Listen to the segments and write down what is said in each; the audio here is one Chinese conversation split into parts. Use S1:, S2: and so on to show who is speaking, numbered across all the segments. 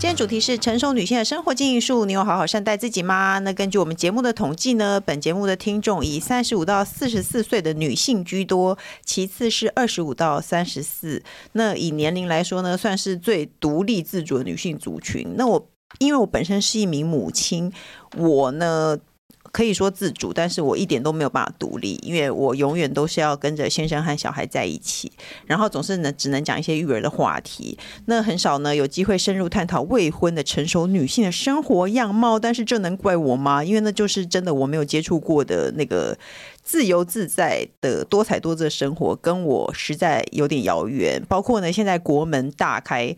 S1: 今天主题是成熟女性的生活经营术，你有好好善待自己吗？那根据我们节目的统计呢，本节目的听众以三十五到四十四岁的女性居多，其次是二十五到三十四。那以年龄来说呢，算是最独立自主的女性族群。那我因为我本身是一名母亲，我呢可以说自主，但是我一点都没有办法独立，因为我永远都是要跟着先生和小孩在一起，然后总是呢只能讲一些育儿的话题。那很少呢有机会深入探讨未婚的成熟女性的生活样貌，但是这能怪我吗？因为那就是真的我没有接触过的那个自由自在的多彩多姿的生活，跟我实在有点遥远。包括呢，现在国门大开。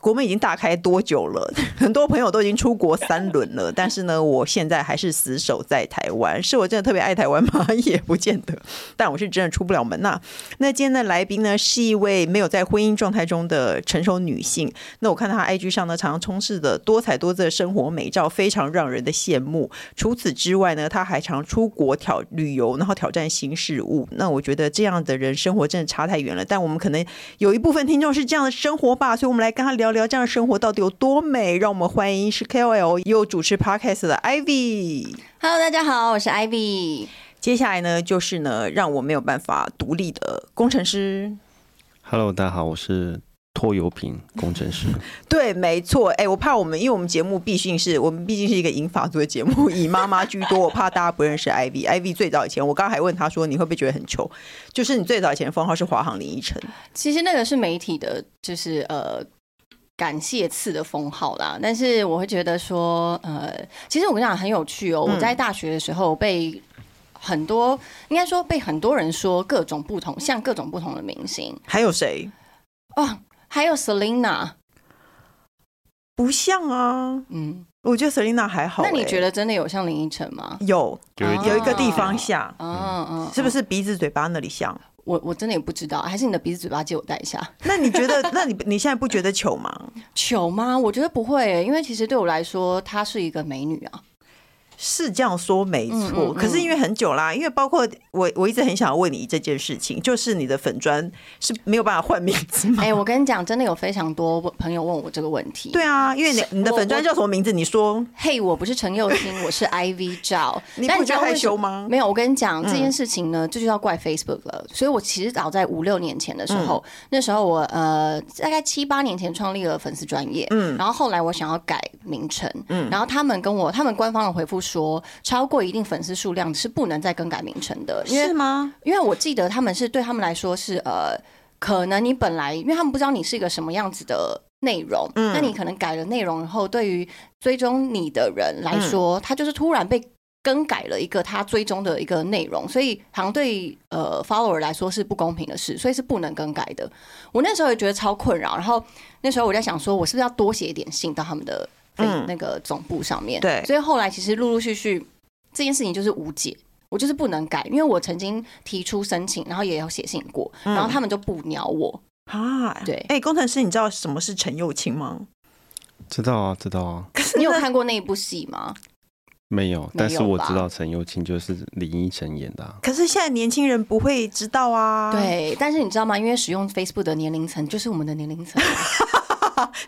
S1: 国门已经大开多久了？ 很多朋友都已经出国三轮了，但是呢，我现在还是死守在台湾。是我真的特别爱台湾吗？ 也不见得，但我是真的出不了门呐、那今天的来宾呢，是一位没有在婚姻状态中的成熟女性。那我看她 IG 上呢，常常充斥着多彩多姿的生活美照，非常让人的羡慕。除此之外呢，她还常出国挑旅游，然后挑战新事物。那我觉得这样的人生活真的差太远了。但我们可能有一部分听众是这样的生活吧，所以我们来跟她聊聊这样的生活到底有多美。让我们欢迎是 KOL 又主持 Podcast 的 Ivy。
S2: Hello，大家好，我是 Ivy。
S1: 接下来呢，就是呢，让我没有办法独立的工程师。
S3: Hello，大家好，我是拖油瓶工 程师。
S1: 对，没错。哎、我怕我们，因为我们节目毕竟是我们毕竟是一个银发族的节目，以妈妈居多，我怕大家不认识 Ivy。Ivy 最早以前，我刚刚还问他说，你会不会觉得很糗？就是你最早以前的封号是华航林依晨，
S2: 其实那个是媒体的，就是呃感谢词的封号啦。但是我会觉得说，呃，其实我跟你讲很有趣哦。我在大学的时候被很多，应该说被很多人说各种不同，像各种不同的明星
S1: 还有谁？
S2: 哦，还有 Selina。
S1: 不像啊，
S2: 嗯，
S1: 我觉得 Selina 还好、
S2: 那你
S1: 哎
S2: 觉得真的有像林依晨吗？
S1: 有
S3: 有一
S2: 哦
S3: 点
S1: 有一个地方像，
S2: 嗯嗯，
S1: 是不是鼻子嘴巴那里像？
S2: 我我真的也不知道，还是你的鼻子嘴巴借我戴一下。
S1: 那你觉得？那你你现在不觉得糗吗？
S2: 糗吗？我觉得不会、因为其实对我来说，她是一个美女啊。
S1: 是这样说没错，
S2: 嗯嗯嗯
S1: 可是因为很久啦，因为包括我，我一直很想问你这件事情，就是你的粉砖是没有办法换名字吗？
S2: 哎、我跟你讲，真的有非常多朋友问我这个问题。
S1: 对啊，因为你你的粉砖叫什么名字？你说
S2: 嘿我不是陈佑清，我是 IV 赵。
S1: 你
S2: 但
S1: 不
S2: 知
S1: 觉
S2: 道
S1: 得害
S2: 为什
S1: 羞吗？嗯
S2: 没有，我跟你讲这件事情呢，这就要怪 Facebook 了。所以我其实早在五六年前的时候，
S1: 嗯
S2: 那时候我呃大概七八年前创立了粉丝专业，嗯，然后后来我想要改名称，嗯，然后他们跟我他们官方的回复说，超过一定粉丝数量是不能再更改名称的，因为
S1: 是吗？
S2: 因为我记得他们是对他们来说是呃，可能你本来因为他们不知道你是一个什么样子的内容，那你可能改了内容以后，对于追踪你的人来说，他就是突然被更改了一个他追踪的一个内容，所以好像对呃 follower 来说是不公平的事，所以是不能更改的。我那时候也觉得超困扰，然后那时候我在想说，我是不是要多写一点信到他们的。
S1: 嗯
S2: 那个总部上面，
S1: 对
S2: 所以后来其实陆陆续续这件事情就是无解，我就是不能改，因为我曾经提出申请，然后也有写信过，
S1: 嗯
S2: 然后他们就不鸟我。
S1: 啊，
S2: 对
S1: 哎、工程师，你知道什么是陈幼卿吗？
S3: 知道啊，知道啊，
S2: 你有看过那一部戏吗？
S3: 没有，但是
S2: 没有
S3: 我
S2: 吧
S3: 知道陈幼卿就是林依晨演的、啊。
S1: 可是现在年轻人不会知道啊。，
S2: 对，但是你知道吗？因为使用 Facebook 的年龄层就是我们的年龄层，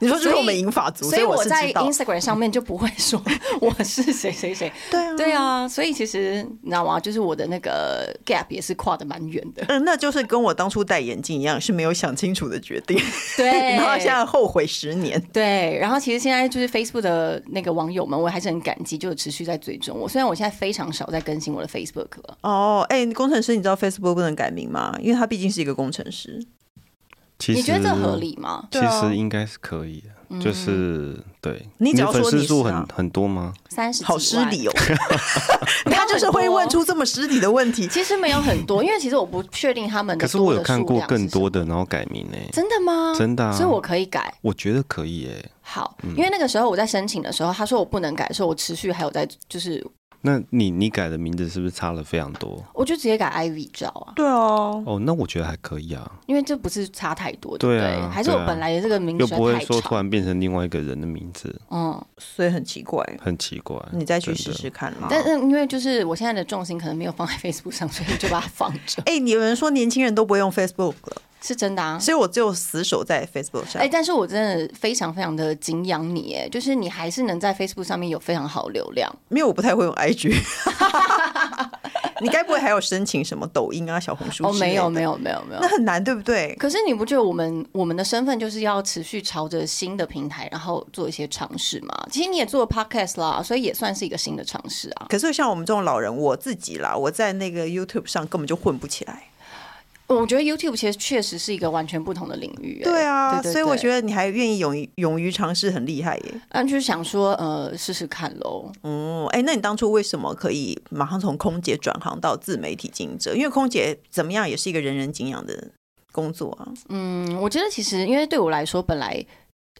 S1: 你说就是
S2: 所以
S1: 我们银发族，
S2: 所以
S1: 我
S2: 我
S1: 是
S2: 在
S1: 知道。
S2: Instagram 上面就不会 说我是谁谁谁。
S1: 对啊，
S2: 对。啊，所以其实你知道吗？就是我的那个 gap 也是跨的蛮远的。
S1: 嗯，那就是跟我当初戴眼镜一样，是没有想清楚的决定，
S2: 对，
S1: 然后现在后悔十年。
S2: 对，然后其实现在就是 Facebook 的那个网友们，我还是很感激，就是持续在追踪我。虽然我现在非常少在更新我的 Facebook 了，
S1: 哦，哎、工程师，你知道 Facebook 不能改名吗？因为他毕竟是一个工程师。
S3: 其实
S2: 你觉得这合？理嗯吗？
S3: 其
S1: 对啊
S3: 实应该是可以的，就是对。
S1: 你只要
S3: 的粉
S1: 说你
S3: 丝数
S1: 是啊
S3: 很很多吗？
S2: 三十
S1: 好失礼 哦，
S2: 没有很多
S1: 他就是会问出这么失礼的问 题。
S2: 其实没有很 多，因为其实我不确定他们的
S3: 可是我有
S2: 多的数
S3: 看过
S2: 量是
S3: 更多
S2: 什
S3: 的，然后改名诶、
S2: 么，真的吗？
S3: 真的啊嗯
S2: 所以我可以改。
S3: 我觉得可以诶、
S2: 好，因为那个时候我在申请的时候，他说我不能改的时候，我持续还有在就是
S3: 那你你改的名字是不是差了非常多？
S2: 我就直接改 Ivy 照啊，
S1: 对哦，
S3: 哦，那我觉得还可以啊，
S2: 因为这不是差太多，对不
S3: 对啊
S2: 还是我
S3: 对啊
S2: 本来的这个名字
S3: 又不会
S2: 太
S3: 说突
S2: 长，
S3: 然啊变成另外一个人的名字，
S2: 嗯，
S1: 所以很奇怪，
S3: 很奇怪。
S1: 你再去
S3: 真的
S1: 试试看啦。
S2: 但是因为就是我现在的重心可能没有放在 Facebook 上，所以就把它放 着，
S1: 哎、有人说年轻人都不会用 Facebook 了，
S2: 是真的啊。
S1: 所以我只有死守在 Facebook 上。
S2: 哎、但是我真的非常非常的敬仰你，哎，就是你还是能在 Facebook 上面有非常好流量，
S1: 没有，我不太会用 IG。你该不会还有申请什么抖音啊、小红书？
S2: 哦，没有没
S1: 有，
S2: 有没有没有
S1: 那，很难，对不对？
S2: 可是你不觉得我们我们的身份就是要持续朝着新的平台，然后做一些尝试吗？其实你也做了 podcast 啦，所以也算是一个新的尝试啊。
S1: 可是像我们这种老人，我自己啦，我在那个 YouTube 上根本就混不起来。
S2: 我觉得 YouTube 其实确实是一个完全不同的领域、欸。
S1: 对啊，
S2: 对对
S1: 所以我觉
S2: 得，
S1: 得你还愿意勇于勇于尝试，很厉害耶。
S2: 嗯，就是想说，呃，试试看喽。
S1: 嗯，哎，那你当初为什么可以马上从空姐转行到自媒体经营者？因为空姐怎么样也是一个人人敬仰的工作啊。
S2: 嗯，我觉得其实因为对我来说，本来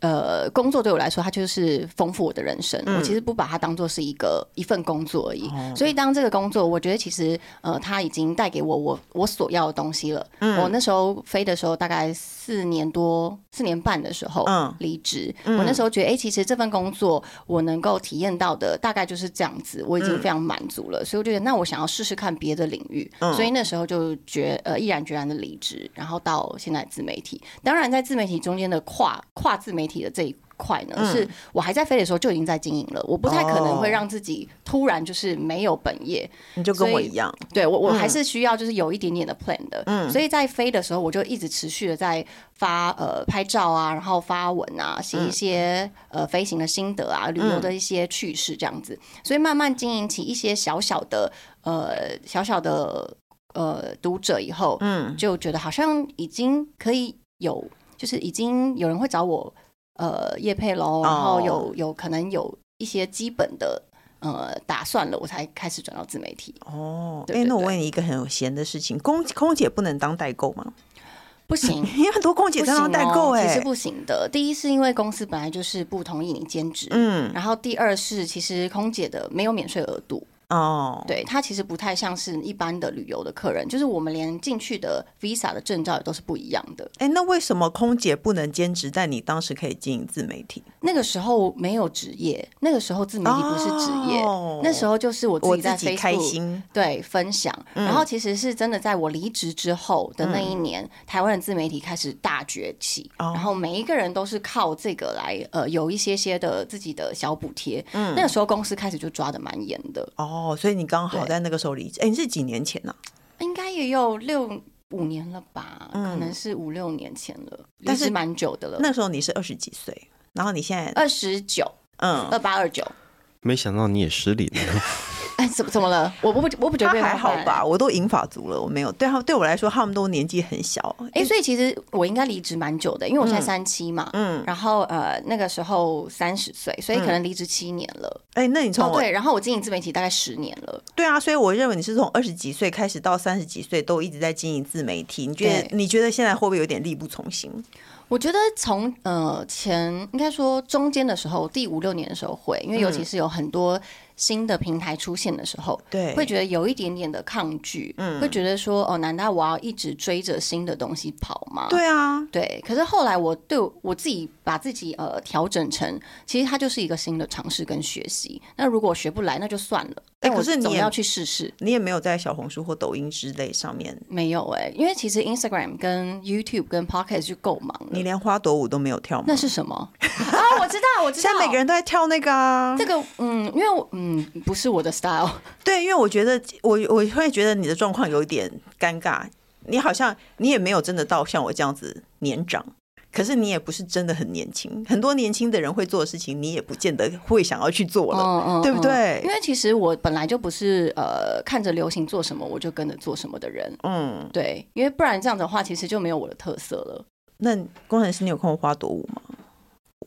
S2: 呃，工作对我来说，它就是丰富我的人生。
S1: 嗯
S2: 我其实不把它当做是一个一份工作而已。
S1: 哦
S2: 所以当这个工作，我觉得其实呃，它已经带给我我我所要的东西了。
S1: 嗯
S2: 我那时候飞的时候，大概四年多、四年半的时候
S1: 嗯
S2: 离职。
S1: 嗯
S2: 我那时候觉得，哎、其实这份工作我能够体验到的大概就是这样子，我已经
S1: 嗯
S2: 非常满足了。所以我就觉得，那我想要试试看别的领域。
S1: 嗯
S2: 所以那时候就决呃毅然决然的离职，然后到现在自媒体。当然，在自媒体中间的跨跨自媒体的这一。块呢，
S1: 嗯
S2: 是我还在飞的时候就已经在经营了，我不太可能
S1: 哦
S2: 会让自己突然就是没有本业，
S1: 你就跟我
S2: 所以
S1: 一样，
S2: 对我，我
S1: 嗯
S2: 还是需要就是有一点点的 plan 的，
S1: 嗯
S2: 所以在飞的时候，我就一直持续的在发呃拍照啊，然后发文啊，写一些、
S1: 嗯
S2: 呃飞行的心得啊，旅游的一些趣事这样子，所以慢慢经营起一些小小的呃小小的呃读者以后，
S1: 嗯，
S2: 就觉得好像已经可以有，就是已经有人会找我呃叶配
S1: 哦
S2: 喽，然后有、有可能有一些基本的。呃，打算了，我才开始转到自媒体。
S1: 哦，
S2: 对
S1: 哎，
S2: 对
S1: 那我
S2: 对
S1: 问你一个很有闲的事情，空空姐不能当代购吗？
S2: 不行，
S1: 因为很多空姐
S2: 不
S1: 在
S2: 行
S1: 当代
S2: 哦
S1: 购，哎，
S2: 其实不行的。第一是因为公司本来就是不同意你兼职，
S1: 嗯，
S2: 然后第二是其实空姐的没有免税额度，
S1: 哦，
S2: 对它其实不太像是一般的旅游的客人，就是我们连进去的 visa 的证照也都是不一样的。
S1: 哎，那为什么空姐不能兼职，但你当时可以经营自媒体？
S2: 那个时候没有职业，那个时候自媒体不是职业，
S1: 哦
S2: 那时候就是我自
S1: 我
S2: 己在
S1: 自
S2: f
S1: 己
S2: a c
S1: 开心，
S2: 对分享，
S1: 嗯
S2: 然后其实是真的在我离职之后的那一年，台湾的自媒体开始大崛起，
S1: 哦
S2: 然后每一个人都是靠这个来呃有一些些的自己的小补贴。
S1: 嗯
S2: 那个时候公司开始就抓的蛮严的，
S1: 哦，所以你刚好
S2: 对
S1: 在那个时候离职。哎，你是几年前呐、
S2: 应该也有六五年了吧，
S1: 嗯
S2: 可能是五六年前了，
S1: 但
S2: 但
S1: 是
S2: 是蛮久的呃了。
S1: 那时候你是二十几岁，然后你现在
S2: 二十九
S1: 嗯，
S2: 二八二九，
S3: 没想到你也失礼了，
S2: 哎，怎么怎么了？我不我不觉
S1: 他
S2: 得被冒
S1: 还好
S2: 犯
S1: 吧？我都银发族了，我没有对他对我来说，他们都年纪很小。
S2: 哎、所以其实我应该离职蛮久的，因为我现在三七嘛，
S1: 嗯，
S2: 然后呃那个时候三十岁，所以可能离职七年了。
S1: 哎，那你从
S2: 嗯哦
S1: 我、
S2: 对，然后我经营自媒体大概十年了，
S1: 对啊，所以我认为你是从二十几岁开始到三十几岁都一直在经营自媒体，你觉得
S2: 对
S1: 你觉得现在会不会有点力不从心？
S2: 我觉得从呃前应该说中间的时候，第五六年的时候会，因为尤其是有很多新的平台出现的时候。
S1: 对，
S2: 会觉得有一点点的抗拒，会觉得说哦，难道我要一直追着新的东西跑吗？
S1: 对啊，
S2: 对，可是后来我对我我自己把自己呃调整成，其实它就是一个新的尝试跟学习。那如果学不来，那就算了。但
S1: 哎可
S2: 我
S1: 是你
S2: 总
S1: 也
S2: 要去试试。
S1: 你也没有在小红书或抖音之类上面，
S2: 没有哎、因为其实 Instagram 跟 YouTube 跟 Pocket 就够忙
S1: 你
S2: 了。
S1: 连花朵舞都没有跳吗？
S2: 那是 什么？啊，我知道，我
S1: 现。
S2: 知道
S1: 在每个人都在跳那个啊
S2: 这。个，嗯，因为我嗯不是我的 style，
S1: 对，因为我觉得我我会觉得你的状况有一点尴尬，你好像你也没有真的到像我这样子年长。可是你也不是真的很年轻，很多年轻的人会做的事情，你也不见得会想要去做了，
S2: 嗯
S1: 对不？
S2: 因
S1: 对？
S2: 为其实我本来就不是呃看着流行做什么我就跟着做什么的人，
S1: 嗯，
S2: 对，因为不然这样的话其实就没有我的特色了。
S1: 那工程师，你有看过花朵舞吗？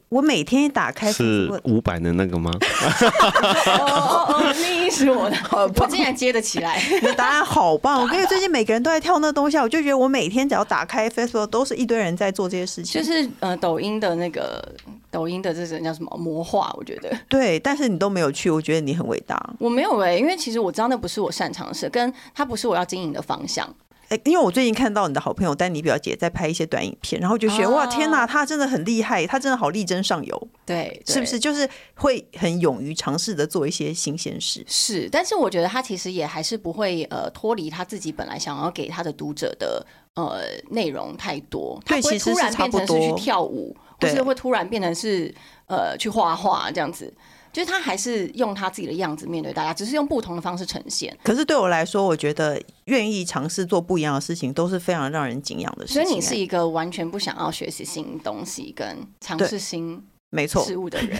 S1: 我每天一打开
S3: 是
S1: Facebook，
S3: 五百的那个吗？
S2: 哦哦哦，你是我 的，我竟然接得起来。
S1: 你的答案好棒！我跟你最近每个人都在跳那东西啊，我就觉得我每天只要打开 Facebook，都是一堆人在做这些事情。
S2: 就是呃，抖音的那个抖音的这种叫什么魔化，我觉得
S1: 对，但是你都没有去，我觉得你很伟大。
S2: 我没有哎、因为其实我知道那不是我擅长的事，跟它不是我要经营的方向。
S1: 哎，因为我最近看到你的好朋友丹妮表姐在拍一些短影片，然后就觉得、哇，
S2: 哦
S1: 天哪，她真的很厉害，她真的好力争上游，
S2: 对，对
S1: 是不是？？就是会很勇于尝试的做一些新鲜事。
S2: 是，但是我觉得他其实也还是不会呃脱离他自己本来想要给他的读者的呃内容太多，他
S1: 对
S2: 不会
S1: 其实
S2: 突
S1: 是
S2: 然
S1: 差
S2: 变
S1: 不
S2: 成是去
S1: 多
S2: 跳舞，或
S1: 对
S2: 是会突然变成是呃去画画这样子。就是他还是用他自己的样子面对大家，只是用不同的方式呈现。
S1: 可是对我来说，我觉得愿意尝试做不一样的事情，都是非常让人敬仰的事情
S2: 所
S1: 哎。
S2: 以你是一个完全不想要学习新东西跟尝
S1: 对
S2: 试新
S1: 没错，
S2: 事物的人。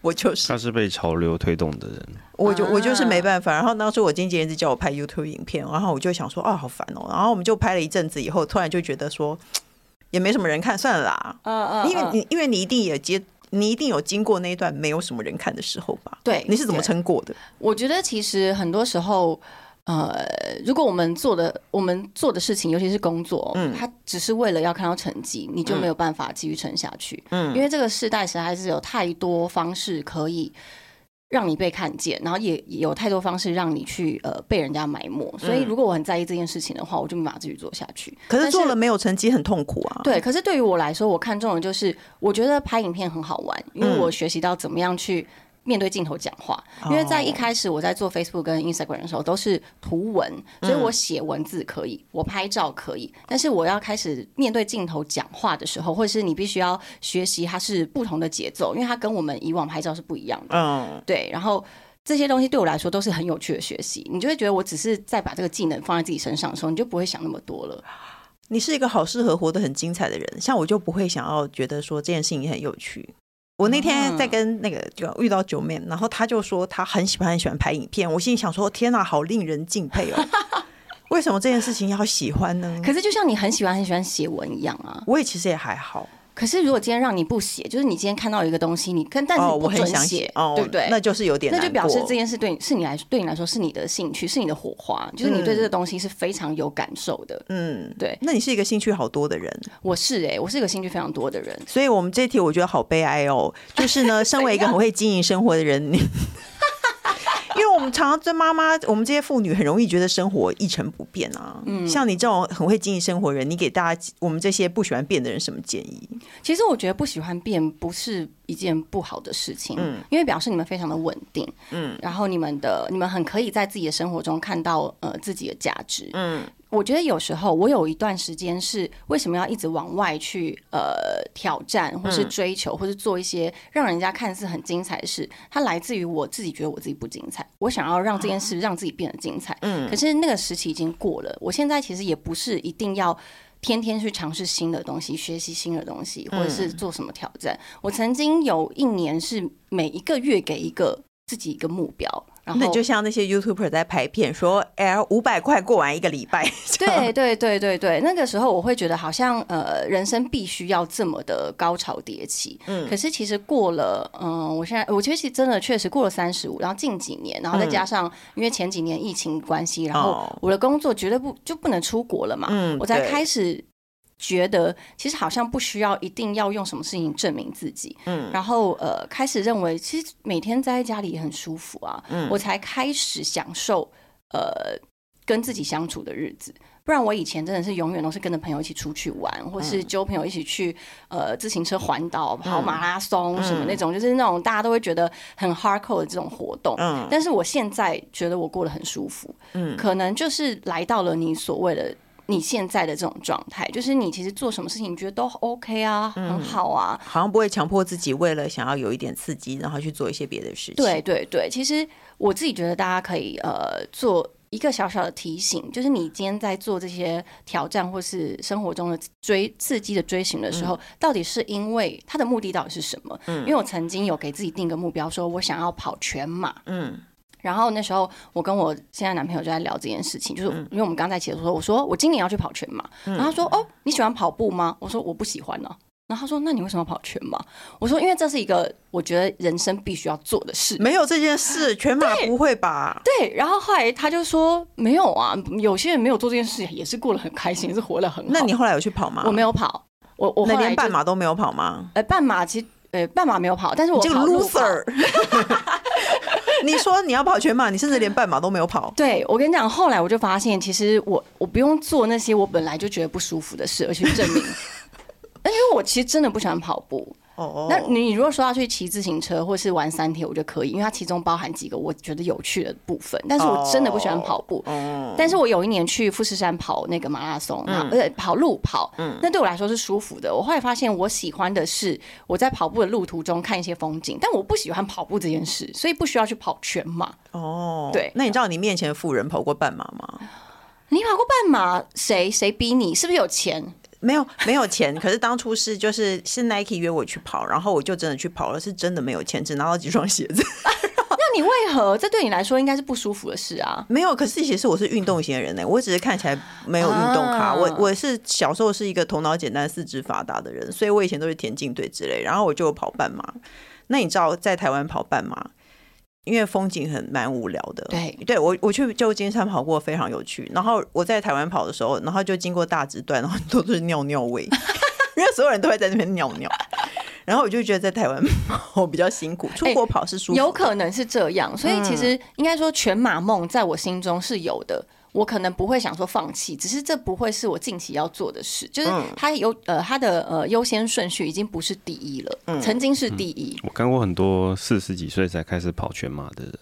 S1: 我就是，
S3: 他是被潮流推动的人，
S1: 我就我就是没
S2: 啊
S1: 办法。然后当时我经纪人一直叫我拍 YouTube 影片，然后我就想说，啊，好烦哦。然后我们就拍了一阵子以后，突然就觉得说，也没什么人看，算了啦。
S2: 嗯嗯
S1: 因为
S2: 嗯
S1: 你因为你一定也接，你一定有经过那一段没有什么人看的时候吧？
S2: 对
S1: 你是怎么
S2: 对
S1: 撑过的？
S2: 我觉得其实很多时候，呃，如果我们做的我们做的事情，尤其是工作，
S1: 嗯
S2: 它只是为了要看到成绩，你就没有办法继续撑下去。
S1: 嗯
S2: 因为这个世代实在是有太多方式可以让你被看见，然后也也有太多方式让你去呃被人家埋没。所以如果我很在意这件事情的话，我就没办法继续做下去。
S1: 可是
S2: 但
S1: 做了没有成绩很痛苦啊。，
S2: 对，可是对于我来说，我看中的就是我觉得拍影片很好玩，因为
S1: 嗯
S2: 我学习到怎么样去。面对镜头讲话，因为在一开始我在做 Facebook 跟 Instagram 的时候都是图文，所以我写文字可以，我拍照可以，但是我要开始面对镜头讲话的时候，或者是你必须要学习它是不同的节奏，因为它跟我们以往拍照是不一样的。
S1: 嗯，
S2: 对，然后这些东西对我来说都是很有趣的学习，你就会觉得我只是在把这个技能放在自己身上的时候，你就不会想那么多了。
S1: 你是一个好适合活得很精彩的人，像我就不会想要觉得说这件事情很有趣。我那
S2: 哦
S1: 天在跟那个就遇到九妹，然后她就说她很喜欢很喜欢拍影片，我心里想说天哪、好令人敬 佩哦。为什么这件事情要喜欢呢？
S2: 可是就像你很喜欢很喜欢写文一样啊，
S1: 我也其实也还好
S2: 可是如果今天让你不写，就是你今天看到一个东西，你看，但是
S1: 哦，
S2: 你
S1: 我
S2: 不
S1: 很
S2: 准
S1: 想
S2: 写，
S1: 写哦，
S2: 对不对？
S1: 那就是有点
S2: 那
S1: 难
S2: 就表示
S1: 过
S2: 这件事对你是你来对你来说是你的兴趣，是你的火花，就是你对这个东西是非常有感受的。
S1: 嗯，
S2: 对
S1: 那你是一个兴趣好多的人，
S2: 我是哎、我是一个兴趣非常多的人，
S1: 所以我们这一题我觉得好悲哀哦，就是 呢，身为一个很会经营生活的人，你 因为我们常常对妈妈，我们这些妇女很容易觉得生活一成不变啊。嗯，像你这种很会经营生活的人，你给大家我们这些不喜欢变的人什么建议？
S2: 其实我觉得不喜欢变不是一件不好的事情，
S1: 嗯
S2: 因为表示你们非常的稳定，
S1: 嗯
S2: 嗯，然后你们的你们很可以在自己的生活中看到呃自己的价值，
S1: 嗯
S2: 嗯，我觉得有时候我有一段时间是为什么要一直往外去呃挑战或是追求或是做一些让人家看似很精彩的事，它来自于我自己觉得我自己不精彩，我想要让这件事让自己变得精彩，嗯，可是那个时期已经过了，我现在其实也不是一定要。天天去尝试新的东西，学习新的东西，或者
S1: 嗯
S2: 是做什么挑战。我曾经有一年是每一个月给一个自己一个目标，然
S1: 那
S2: 后
S1: 你就像那些 YouTuber 在拍片说，哎，五百块过完一个礼拜，这样
S2: 对对对对对，那个时候我会觉得好像呃，人生必须要这么的高潮迭起。嗯，可是其实过了，嗯、我现在我觉得其实真的确实过了三十五，然后近几年，然后再加上、因为前几年疫情关系，然后
S1: 嗯哦
S2: 我的工作绝对不就不能出国了嘛，
S1: 嗯
S2: 我才
S1: 对
S2: 开始。觉得其实好像不需要一定要用什么事情证明自己，
S1: 嗯
S2: 然后呃开始认为其实每天待在家里也很舒服啊，
S1: 嗯
S2: 我才开始享受呃跟自己相处的日子。不然我以前真的是永远都是跟着朋友一起出去玩，或
S1: 嗯
S2: 是揪朋友一起去呃自行车环岛、跑马拉松
S1: 嗯
S2: 什么那种，就是那种大家都会觉得很 hardcore 的这种活动。
S1: 嗯
S2: 但是我现在觉得我过得很舒服，
S1: 嗯
S2: 可能就是来到了你所谓的你现在的这种状态，就是你其实做什么事情你觉得都 OK 啊，很好啊，
S1: 好像不会强迫自己为了想要有一点刺激，然后去做一些别的事情。
S2: 对，对对，其实我自己觉得大家可以呃做一个小小的提醒，就是你今天在做这些挑战或是生活中的追刺激的追寻的时候，到底是因为它的目的到底是什么？因为我曾经有给自己定个目标，说我想要跑全马，
S1: 嗯
S2: 然后那时候我跟我现在男朋友就在聊这件事情，就是
S1: 嗯
S2: 因为我们刚在一起的时候，我说我今年要去跑全马，然后他说哦你喜欢跑步吗？我说我不喜欢呢、啊然后他说：“那你为什么要跑全马？”我说：“因为这是一个我觉得人生必须要做的事。”
S1: 没有这件事，全马不会吧？
S2: 对，然后后来他就说：“没有啊，有些人没有做这件事，也是过得很开心，也是活得很好。”
S1: 那你后来有去跑吗？
S2: 我没有跑，我我
S1: 那
S2: 后来
S1: 连
S2: 就
S1: 半，马都没有跑吗？
S2: 呃，半马其实呃半马没有跑，但是我
S1: 你这个
S2: 跑路跑
S1: loser，你说你要跑全马，你甚至连半马都没有跑。
S2: 对我跟你讲，后来我就发现，其实我我不用做那些我本来就觉得不舒服的事，而去证 明。而且我其实真的不喜欢跑步。
S1: 哦，
S2: 那你如果说要去骑自行车或是玩三铁，我就可以，因为它其中包含几个我觉得有趣的部分。但是我真的不喜欢跑步。
S1: 哦，嗯
S2: 但是我有一年去富士山跑那个马拉松，那而且跑路跑，那对我来说是舒服的。我后来发现，我喜欢的是我在跑步的路途中看一些风景，但我不喜欢跑步这件事，所以不需要去跑全马。
S1: 哦，
S2: 对
S1: 那你知道你面前的富人跑过半马吗？
S2: 你跑过半马，谁谁逼你？是不是有钱？
S1: 没有，没有钱。可是当初是就是是 Nike 约我去跑，然后我就真的去跑了，是真的没有钱，只拿到几双鞋子。
S2: 那你为何这对你来说应该是不舒服的事啊？
S1: 没有，可是其实我是运动型的人呢、欸我只是看起来没有运动咖。
S2: 啊
S1: 我我是小时候是一个头脑简单、四肢发达的人，所以我以前都是田径队之类，然后我就跑半马。那你知道在台湾跑半马，因为风景很蛮无聊的。
S2: 对
S1: 对我我去旧金山跑过，非常有趣。然后我在台湾跑的时候，然后就经过大直段，然后都是尿尿 味，因为所有人都会在那边尿尿。然后我就觉得在台湾跑比较辛苦，出国跑是舒服嗯的、
S2: 哎有可能是这样，所以其实应该说全马梦在我心中是有的。我可能不会想说放弃，只是这不会是我近期要做的事，就是
S1: 嗯
S2: 它有呃它的呃优先顺序已经不是第一了，
S1: 嗯
S2: 曾经是第一，
S3: 我看过很多四十几岁才开始跑全马的人，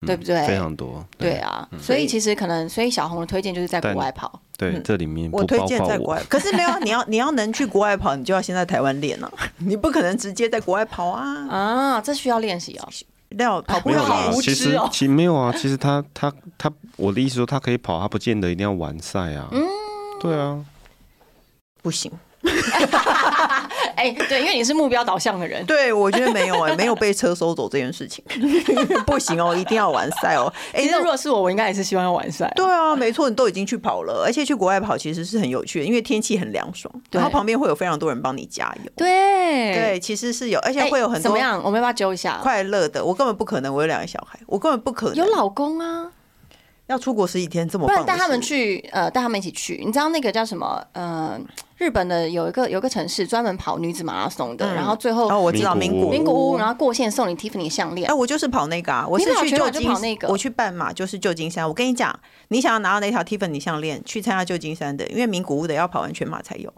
S3: 嗯
S2: 对不对？
S3: 非常多。
S2: 对啊，所以其实可能，所以小红的推荐就是在国
S3: 但
S2: 外跑，
S3: 对，这里面
S1: 我
S3: 不
S1: 推
S3: 包
S1: 荐
S3: 括
S1: 在国外
S3: 我。，
S1: 可是没有啊，你要你要能去国外跑，你就要先在台湾练 啊，你不可能直接在国外跑啊。
S2: 啊，这需要练习哦。
S1: 料跑步
S3: 没有
S1: 要
S3: 啦
S1: 练，
S2: 无
S1: 习，
S3: 其
S2: 知
S3: 实
S2: 哦
S3: 其没有啊， 其实他他他，我的意思说他可以跑，他不见得一定要完赛啊。对啊，
S1: 不行。
S2: 哎、对，因为你是目标导向的人，
S1: 对，我觉得没有哎、没有被车收走这件事情， 不行哦，一定要完赛哦。哎、
S2: 其实
S1: 那
S2: 如果是我，我应该也是希望要完赛。
S1: 对啊，没错，你都已经去跑了，而且去国外跑其实是很有趣的，因为天气很凉爽，
S2: 对
S1: 然后旁边会有非常多人帮你加油。
S2: 对
S1: 对，其实是有，而且
S2: 哎
S1: 会有很
S2: 怎
S1: 多
S2: 么样？我们要不要揪一下？
S1: 快乐的。我根本不可能，我有两个小孩，我根本不可能
S2: 有老公啊，
S1: 要出国十几天这么
S2: 不然
S1: 棒的
S2: 带他们
S1: 事
S2: 去，呃，带他们一起去。你知道那个叫什么？呃，日本的有一个有一个城市专门跑女子马拉松的，然后最后
S1: 哦，我哦知道
S3: 名
S1: 名
S3: 古
S1: 古
S3: 屋
S2: 名古屋，然后过线送你 Tiffany 项链
S1: 哎、。我就是跑那个啊，我是
S2: 你跑
S1: 去
S2: 全马
S1: 旧
S2: 就
S1: 金，
S2: 跑那个
S1: 我去半马就是旧金山。我跟你讲，你想要拿到那条 Tiffany 项链，去参加旧金山的，因为名古屋的要跑完全马才有。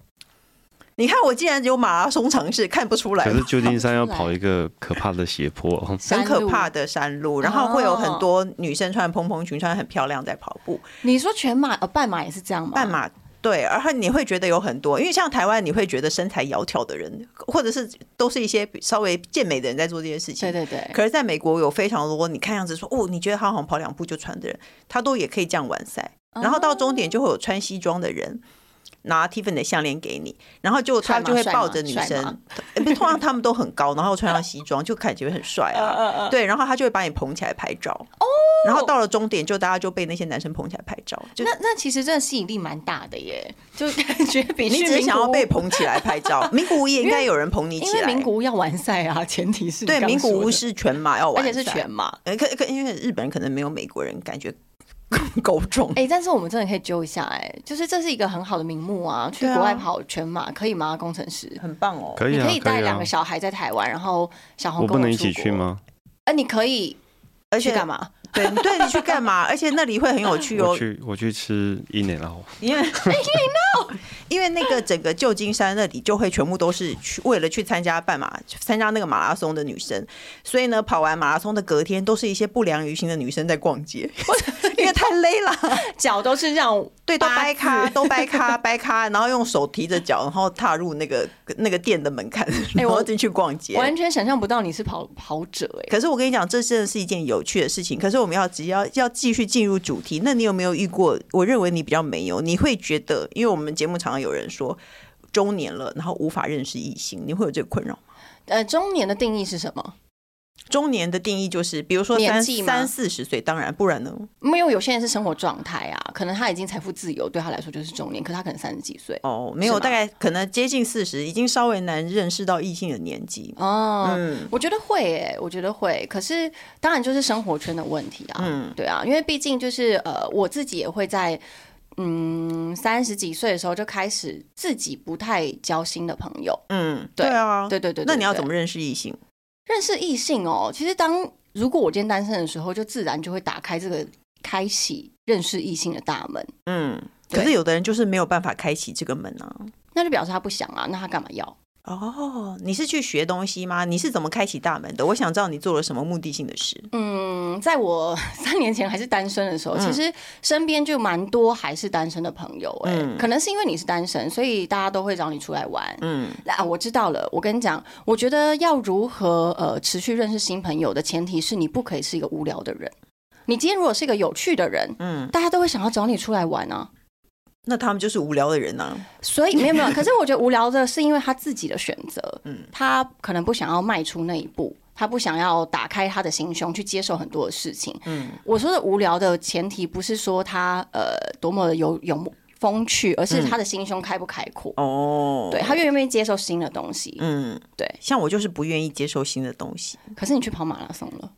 S1: 你看我竟然有马拉松尝试，看不出来
S3: 可
S1: 吗，
S3: 是旧金山要
S2: 出来
S3: 跑一个可怕的斜坡哦，
S1: 很
S2: 山
S1: 可
S2: 路哦
S1: 怕！的山路，然后会有很多女生穿蓬蓬裙，穿得很漂亮在跑步。
S2: 你说全马呃半马也是这样吗？
S1: 半马对，然后你会觉得有很多，因为像台湾，你会觉得身材窈窕的人，或者是都是一些稍微健美的人在做这些事情。
S2: 对对对，
S1: 可是，在美国有非常多，你看样子说哦，你觉得他好像跑两步就穿的人，他都也可以这样完赛。然后到终点就会有穿西装的人拿 Tiffany 的项链给你，然后就他
S2: 帅吗
S1: 就会
S2: 帅
S1: 抱
S2: 吗
S1: 着女
S2: 帅
S1: 生
S2: 吗，
S1: 呃不通常他们都很高，然后穿上西装就感觉很帅
S2: 嗯
S1: 啊，对，然后他就会把你捧起来拍照。哦，然后到了终点就大家就被那些男生捧起来拍照，就
S2: 那那其实真的吸引力蛮大的耶，就 感觉比
S1: 你
S2: 去
S1: 只是
S2: 名
S1: 想
S2: 古
S1: 要
S2: 屋
S1: 被捧起来拍照，名古屋也应该有人捧你
S2: 因
S1: 起
S2: 为
S1: 来。
S2: 名古屋要完赛啊，前提是你
S1: 对，
S2: 刚
S1: 名古
S2: 说
S1: 屋
S2: 的，
S1: 是全马要
S2: 而
S1: 完赛，
S2: 且是全马。
S1: 呃，可可，因为日本人可能没有美国人感觉 够重。
S2: 哎、但是我们真的可以揪一下、哎，就是这是一个很好的名目啊，去
S1: 对啊
S2: 国外跑全马、可以吗？工程师，
S1: 很棒哦，
S3: 可以
S2: 你
S3: 啊，
S2: 可以带
S3: 啊
S2: 两个。小孩在台湾，然后小红
S3: 我
S2: 跟
S3: 不能一
S2: 出
S3: 起去
S2: 国？
S3: 吗？
S2: 哎、你可以
S1: 而
S2: 去
S1: 且
S2: 干嘛？
S1: 对，你对你去干嘛？而且那里会很有趣
S3: 我
S1: 哦，
S3: 去，我去吃伊内拉，
S1: 因
S2: 哎
S1: 为因为那个整个旧金山那里就会全部都是去为了去参加半马、参加那个马拉松的女生，所以呢，跑完马拉松的隔天都是一些不良于行的女生在逛街， 因为太累了，
S2: 脚都是这样，
S1: 对，都
S2: 八
S1: 掰咖，
S2: 字
S1: 都掰咖，掰咖，然后用手提着脚，然后踏入那个那个店的门槛，然后
S2: 哎我
S1: 进去逛街。
S2: 完全想象不到你是跑跑者哎、
S1: 可是我跟你讲，这真的是一件有趣的事情。可是我们要只要要继续进入主题，那你有没有遇过？我认为你比较没有，你会觉得，因为我们节目常常有人说中年了，然后无法认识异性，你会有这个困扰吗？
S2: 呃，中年的定义是什么？
S1: 中年的定义就是，比如说
S2: 年
S1: 三
S2: 纪吗
S1: 三四十岁，当然，不然呢？
S2: 没有，有些人是生活状态啊，可能他已经财富自由，对他来说就是中年，可他可能三十几岁。
S1: 哦，没有，
S2: 是吗
S1: 大概可能接近四十，已经稍微难认识到异性的年纪。
S2: 哦，
S1: 嗯
S2: 我觉得会诶、我觉得会。可是当然就是生活圈的问题啊，
S1: 嗯
S2: 对啊，因为毕竟就是呃，我自己也会在嗯三十几岁的时候就开始自己不太交心的朋友。
S1: 嗯，
S2: 对
S1: 啊，
S2: 对对对对
S1: 那你要
S2: 对
S1: 怎么认识异性？
S2: 认识异性哦，其实当如果我今天单身的时候，就自然就会打开这个开启认识异性的大门，
S1: 嗯，
S2: 对
S1: 可是有的人就是没有办法开启这个门啊。
S2: 那就表示他不想啊，那他干嘛要？
S1: 哦，你是去学东西吗？你是怎么开启大门的？我想知道你做了什么目的性的事。
S2: 嗯，在我 三年前还是单身的时候，
S1: 嗯
S2: 其实身边就蛮多还是单身的朋友、哎、
S1: 嗯
S2: 可能是因为你是单身，所以大家都会找你出来玩。
S1: 嗯
S2: 那、啊、我知道了，我跟你讲，我觉得要如何呃持续认识新朋友的前提是你不可以是一个无聊的人。你今天如果是一个有趣的人，
S1: 嗯，
S2: 大家都会想要找你出来玩啊。
S1: 那他们就是无聊的人呐、
S2: 所以没有没有，可是我觉得无聊的是因为他自己的选择，
S1: 嗯
S2: 嗯，他可能不想要迈出那一步，他不想要打开他的心胸去接受很多的事情。
S1: 嗯
S2: 嗯，我说的无聊的前提不是说他呃多么的有有风趣，而是他的心胸开不开阔，
S1: 嗯哦，
S2: 对他愿不愿意接受新的东西。
S1: 嗯，
S2: 对。
S1: 像我就是不愿意接受新的东西。
S2: 可是你去跑马拉松了，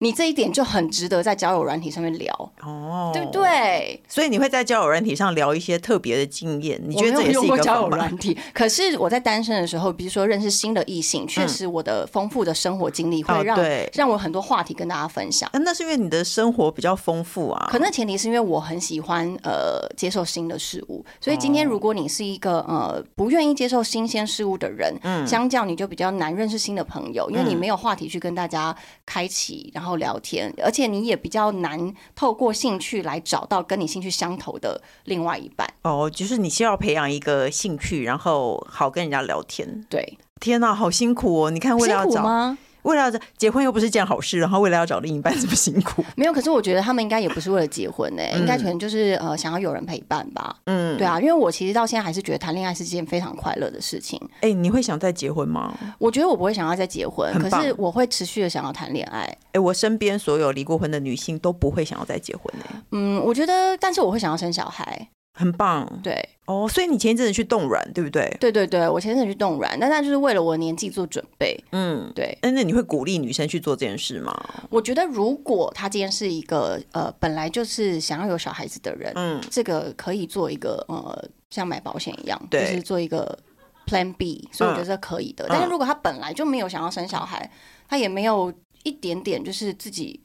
S2: 你这一点就很值得在交友软体上面聊，
S1: 哦，
S2: 对不？对？
S1: 所以你会在交友软体上聊一些特别的经验，你觉得这
S2: 我没
S1: 也
S2: 有
S1: 是
S2: 用
S1: 一
S2: 过
S1: 个
S2: 交
S1: 方
S2: 友
S1: 法？嗯
S2: 软体，可是我在单身的时候，比如说认识新的异性，确实我的丰富的生活经历
S1: 哦
S2: 会让、
S1: 对
S2: 让我很多话题跟大家分享。
S1: 啊 那是因为你的生活比较丰富啊。
S2: 可那前提是因为我很喜欢呃接受新的事物，所以今
S1: 哦
S2: 天如果你是一个、呃不愿意接受新鲜事物的人，
S1: 嗯
S2: 相较你就比较难认识新的朋友，因为你没有话题去跟大家开启，然后聊天，而且你也比较难透过兴趣来找到跟你兴趣相投的另外一半。
S1: 哦，就是你需要培养一个兴趣，然后好跟人家聊天。
S2: 对，
S1: 天呐，好辛苦哦！你看，为
S2: 辛
S1: 了要
S2: 苦
S1: 找，
S2: 吗？
S1: 为了要找结婚又不是件好事，然后为了要找另一半，这么辛苦。
S2: 没有，可是我觉得他们应该也不是为了结婚呢、
S1: 嗯
S2: 应该可能就是呃想要有人陪伴吧。
S1: 嗯，
S2: 对啊，因为我其实到现在还是觉得谈恋爱是件非常快乐的事情。
S1: 哎、你会想再结婚吗？
S2: 我觉得我不会想要再结婚，
S1: 很
S2: 可
S1: 棒
S2: 是我会持续的想要谈恋爱。
S1: 哎、我身边所有离过婚的女性都不会想要再结婚哎、
S2: 嗯，我觉得，但是我会想要生小孩。
S1: 很棒
S2: 对，
S1: 哦。所以你前一阵子去冻卵，对不对？
S2: 对对对，我前阵子去冻卵，但那就是为了我年纪做准备。
S1: 嗯，
S2: 对，
S1: 哎，那你会鼓励女生去做这件事吗？
S2: 我觉得如果他今天是一个呃本来就是想要有小孩子的人，
S1: 嗯
S2: 这个可以做一个呃，像买保险一样，就
S1: 对嗯
S2: 是做一个 Plan B，所以我觉得这可以的。但是如果他本来就没有想要生小孩，他也没有一点点就是自己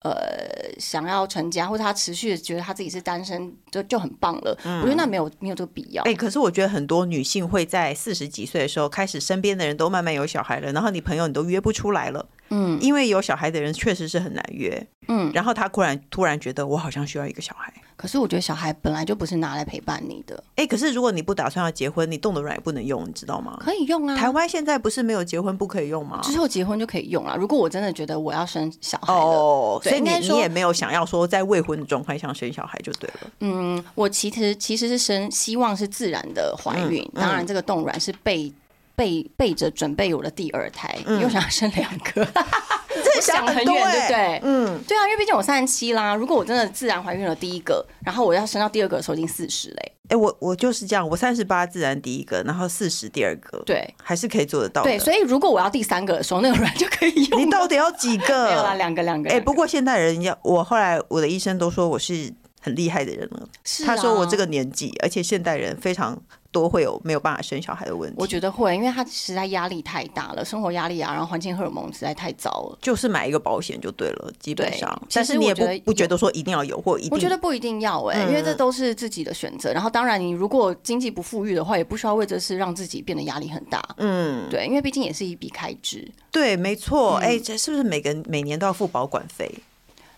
S2: 呃想要成家，或者他持续的觉得他自己是单身，就就很棒了。我觉得那没有没有这个必要。
S1: 嗯哎、可是我觉得很多女性会在四十几岁的时候开始，身边的人都慢慢有小孩了，然后你朋友你都约不出来了，
S2: 嗯
S1: 因为有小孩的人确实是很难约。
S2: 嗯，
S1: 然后她突然突然觉得我好像需要一个小孩。
S2: 可是我觉得小孩本来就不是拿来陪伴你的，
S1: 哎、可是如果你不打算要结婚，你冻的卵也不能用，你知道吗？
S2: 可以用啊。
S1: 台湾现在不是没有结婚不可以用吗？
S2: 之后结婚就可以用啊了。如果我真的觉得我要生小孩了，
S1: 哦，
S2: 对
S1: 所以
S2: 应
S1: 你
S2: 该
S1: 你
S2: 说
S1: 也没有想要说在未婚的状态下生小孩就对了。
S2: 嗯，我其实其实是生希望是自然的怀孕，
S1: 嗯
S2: 当然这个冻卵是备备备着准备我的第二胎，
S1: 嗯
S2: 又想要生两 个，
S1: 这
S2: 我想很远，对不对？
S1: 嗯，
S2: 对啊，因为毕竟我三十七啦，如果我真的自然怀孕了第一个，然后我要生到第二个的时候已经四十嘞，
S1: 哎、我我就是这样，我三十八自然第一个，然后四十第二个，，
S2: 对
S1: 还是可以做得到的。
S2: 对，所以如果我要第三个的时候，那个卵就可以用
S1: 你
S2: 了。
S1: 到底要几个？
S2: 没有啦，两个两个。
S1: 哎、
S2: 两个
S1: 不过现在人家，我后来我的医生都说我是很厉害的人了。
S2: 是
S1: 他说
S2: 啊
S1: 我这个年纪，而且现代人非常多会有没有办法生小孩的问题。
S2: 我觉得会，因为他实在压力太大了，生活压力啊，然后环境荷尔蒙实在太糟了。
S1: 就是买一个保险就对了，基本
S2: 对
S1: 上。
S2: 其
S1: 但
S2: 实
S1: 是你
S2: 我
S1: 也
S2: 觉
S1: 不
S2: 得
S1: 不觉得说一定要有或一定，嗯
S2: 我觉得不一定要哎、因为这都是自己的选择。然后，当然你如果经济不富裕的话，也不需要为这事让自己变得压力很大。
S1: 嗯，
S2: 对，因为毕竟也是一笔开支。
S1: 对，没错。
S2: 嗯
S1: 哎、这是不是每个每年都要付保管费？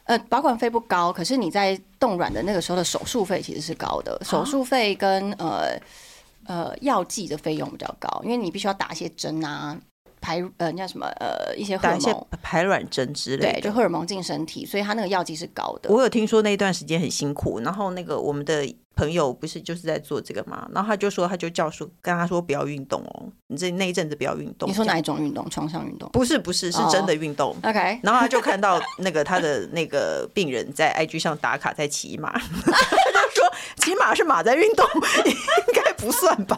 S2: 呃，保管费不高，可是你在冻卵的那个时候的手术费其实是高的，
S1: 啊
S2: 手术费跟呃呃药剂的费用比较高，因为你必须要打一些针啊，排呃那叫什么呃一些荷
S1: 打
S2: 尔
S1: 一些
S2: 蒙，
S1: 排卵针之类
S2: 对，就
S1: 的。
S2: 荷尔蒙进身体，所以它那个药剂是高的。
S1: 我有听说那一段时间很辛苦，然后那个我们的朋友不是就是在做这个嘛，然后他就说他就叫说跟他说不要运动哦，你这那一阵子不要运动。
S2: 你说
S1: 这样
S2: 哪一哦种运动？床上运动
S1: 不是不是是真的运动。
S2: ？OK，
S1: 然后他就看到那个他的那个病人在 IG 上打卡在骑马，他就说骑马是马在运动，应该不算吧？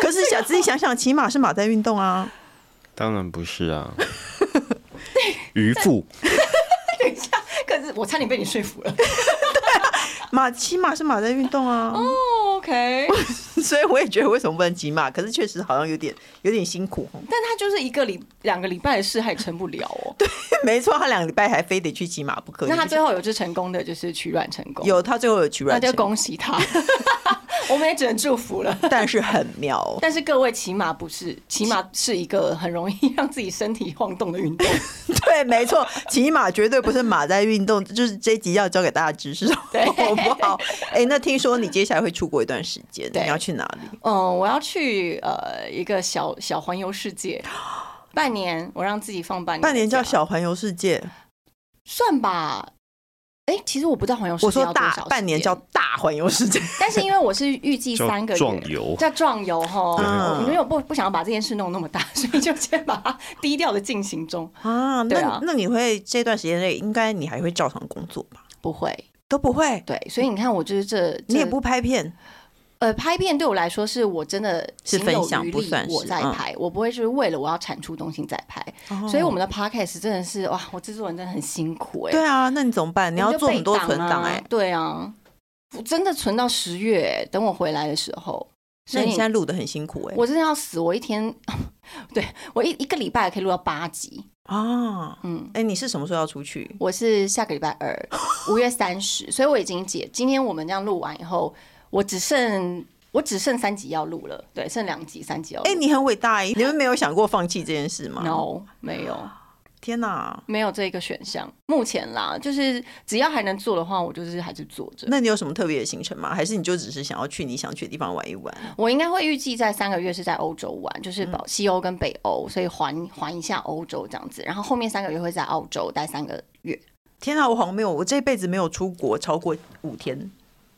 S1: 可是想仔细想想，骑马是马在运动啊。
S3: 当然不是啊，渔夫
S2: 可是我差点被你说服了。
S1: 马骑马是马在运动啊，
S2: 哦 OK，
S1: 所以我也觉得为什么不能骑马，可是确实好像有点有点辛苦哦。
S2: 但他就是一个礼两个礼拜的事，还成不了 哦。对，
S1: 没错，他两个礼拜还非得去骑马不可。
S2: 那他最后有就成功的，就是取卵成功，
S1: 有他最后有取
S2: 那
S1: 卵
S2: 就
S1: 成功，
S2: 恭 喜他，我们也只能祝福了。
S1: 但是很妙哦。
S2: 但是各位，骑马不是骑马是一个很容易让自己身体晃动的 运动。
S1: 对，没错，骑马绝对不是马在运动，就是这一集要教给大家知识，
S2: 对
S1: 好不好？哎、那听说你接下来会出国一段时间，
S2: 对
S1: 你要去哪里？
S2: 嗯，我要去呃一个小小环游世界，半年，我让自己放半年的假，
S1: 半年叫小环游世界，
S2: 算吧。哎、其实我不知道环游世界
S1: 我说
S2: 要多
S1: 大
S2: 少时
S1: 半年
S2: 间
S1: 叫大环游 世界，
S2: 但是因为我是预计
S3: 叫
S2: 三个月
S3: 壮游
S2: 叫壮游哈，
S1: 嗯
S2: 因为我不不想要把这件事弄那么大，所以就先把它低调的进行中。
S1: 啊，那
S2: 对啊
S1: 那你会这段时间内，应该你还会照常工作吧？
S2: 不会，
S1: 都 不会，
S2: 对，所以你看，我就是这，这
S1: 你也不拍片，
S2: 呃，拍片对我来说是我真的
S1: 是
S2: 行
S1: 分
S2: 有
S1: 享
S2: 余
S1: 不
S2: 力
S1: 算
S2: 我
S1: 是
S2: 在
S1: 嗯哦
S2: 拍，我不会是为了我要产出东西在拍，所以我们的 podcast 真的是哇，我制作人真的很辛苦哎、
S1: 对啊，那你怎么办？你
S2: 我
S1: 要
S2: 就
S1: 做
S2: 备
S1: 很多存
S2: 档
S1: 档哎、
S2: 啊，对啊，我真的存到十月、哎等我回来的时候。
S1: 那
S2: 所以
S1: 你现在录的很辛苦哎、
S2: 我真的要死，我一天， 对我一一个礼拜可以录到八集，
S1: 啊，
S2: 嗯，
S1: 哎、你是什么时候要出去？
S2: 我是下个礼拜二，五月三十，所以我已经解。今天我们这样录完以后，我只剩我只剩三集要录了，对，剩两集、三集要录。
S1: 哎、你很伟大哎、你们没有想过放弃这件事吗
S2: no 没有
S1: 天哪、
S2: 没有这个选项，目前啦，就是只要还能做的话，我就是还是做着。
S1: 那你有什么特别的行程吗？还是你就只是想要去你想去的地方玩一玩？
S2: 我应该会预计在三个月是在欧洲玩，就是
S1: 嗯
S2: 保西欧跟北欧，所以环环一下欧洲这样子。然后后面三个月会在澳洲待三个月，
S1: 天啊，我好像没有，我这辈子没有出国超过五天。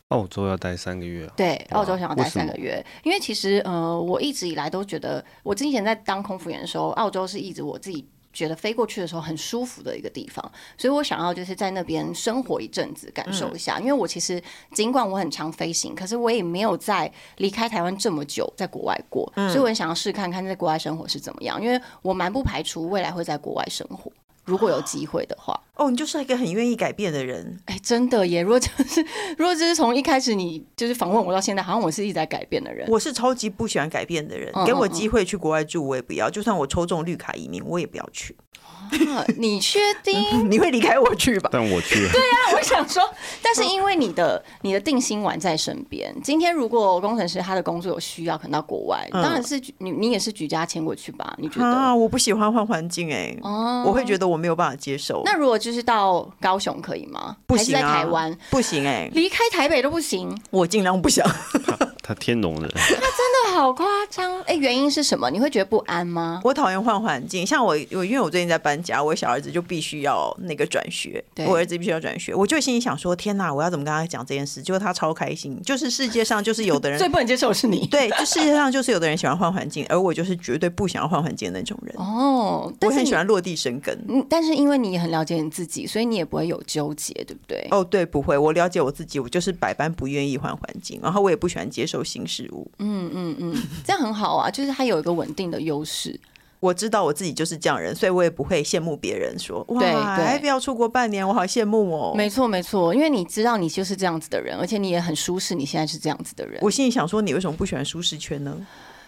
S3: 澳洲要待三个月啊，
S2: 对，
S3: 哇
S2: 澳洲想要待
S3: 为什
S2: 三
S3: 么
S2: 个月，因为其实呃，我一直以来都觉得，我之前在当空服员的时候，澳洲是一直我自己觉得飞过去的时候很舒服的一个地方，所以我想要就是在那边生活一阵子，感受一
S3: 嗯
S2: 下。因为我其实尽管我很常飞行，可是我也没有在离开台湾这么久，在国外过，
S3: 嗯
S2: 所以我很想要试看看在国外生活是怎么样，因为我蛮不排除未来会在国外生活，如果有机会的 话。
S1: 哦，你就是一个很愿意改变的人。
S2: 哎、真的耶！如果就是如果就是从一开始你就是访问我到现在，好像我是一直在改变的人。
S1: 我是超级不喜欢改变的人，
S2: 嗯
S1: 给我
S2: 嗯嗯
S1: 机会去国外住，我也不要。就算我抽中绿卡移民，我也不要去。
S2: 啊 你确定？
S1: 你会离开我去吧？
S3: 但我去，
S2: 我想说，但是因为你的你的定心丸在身边，今天如果工程师他的工作有需要，可能到国外，
S1: 嗯
S2: 当然是举你你也是举家迁过去吧？你觉
S1: 啊，
S2: 得？
S1: 我不喜欢换环境哎、
S2: 哦
S1: 我会觉得我没有办法接受。
S2: 那如果就是到高雄可以吗？
S1: 不
S2: 还是
S1: 行、啊，
S2: 在台湾，
S1: 不行 哎、
S2: 离开台北都不行，
S1: 我尽量不想。
S3: 他天龙人，
S2: 真的好夸张！哎、原因是什么？你会觉得不安吗？
S1: 我讨厌换环境，像我我因为我最近在搬家，我小儿子就必须要那个转学，
S2: 对
S1: 我儿子必须要转学，我就心里想说，天哪，我要怎么跟他讲这件事？结果他超开心，就是世界上就是有的
S2: 最
S1: 人。
S2: 不能接受的是你
S1: 对，就世界上就是有的人喜欢换环境，而我就是绝对不想要换环境的那种人。
S2: 哦，
S1: 我
S2: 但是
S1: 很
S2: 你
S1: 喜欢落地生根。
S2: 嗯，但是因为你也很了解你自己，所以你也不会有纠结，对不对？
S1: 哦，对，不会，我了解我自己，我就是百般不愿意换环境，然后我也不喜欢接受新事物。
S2: 嗯嗯嗯，这样很好啊，就是它有一个稳定的优势。
S1: 我知道我自己就是这样人，所以我也不会羡慕别人说哇，
S2: 对对
S1: 还不要出国半年，我好羡慕哦。
S2: 没错，没错，因为你知道你就是这样子的人，而且你也很舒适，你现在是这样子的人。
S1: 我心里想说，你为什么不喜欢舒适圈呢？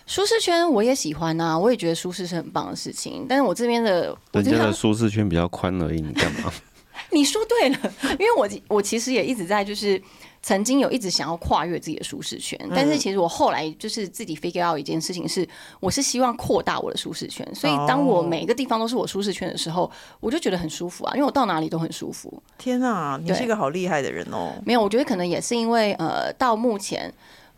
S2: 舒适圈我也喜欢啊，我也觉得舒适是很棒的事情。但是我这边的，我
S3: 人
S2: 这
S3: 家
S2: 边
S3: 的舒适圈比较宽而已，你干嘛？
S2: 你说对了， 因为我我其实也一直在就是。曾经有一直想要跨越自己的舒适
S3: 嗯
S2: 圈，但是其实我后来就是自己 figure out 一件事情是，我是希望扩大我的舒适圈，所以当
S3: 哦
S2: 我每一个地方都是我舒适圈的时候，我就觉得很舒服啊，因为我到哪里都很舒服。
S1: 天啊，你
S2: 对
S1: 是一个好厉害的人哦！
S2: 没有，我觉得可能也是因为呃，到目前，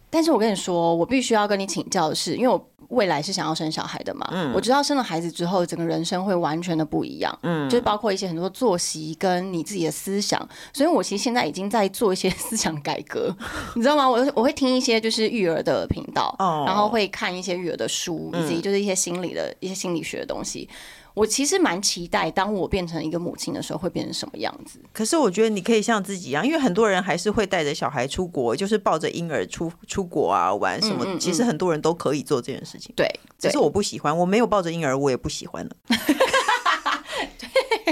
S2: 但是我跟你说，我必须要跟你请教的是，因为我未来是想要生小孩的嘛，我知道生了孩子之后，整个人生会完全的不一样，嗯，就是包括一些很多作息跟你自己的思想，所以我其实现在已经在做一些思想改 革，你知道吗？我我会听一些就是育儿的频道，
S1: 哦
S2: 然后会看一些育儿的书，以及就是一些心理的一些心理学的东西。我其实蛮期待，当我变成一个母亲的时候，会变成什么样子？
S1: 可是我觉得你可以像自己一样，因为很多人还是会带着小孩出国，就是抱着婴儿出出国啊玩什么。
S2: 嗯嗯嗯
S1: 其实很多人都可以做这件事情，
S2: 对，
S1: 只
S2: 对
S1: 是我不 喜欢，我没有抱着婴儿，我也不喜欢了。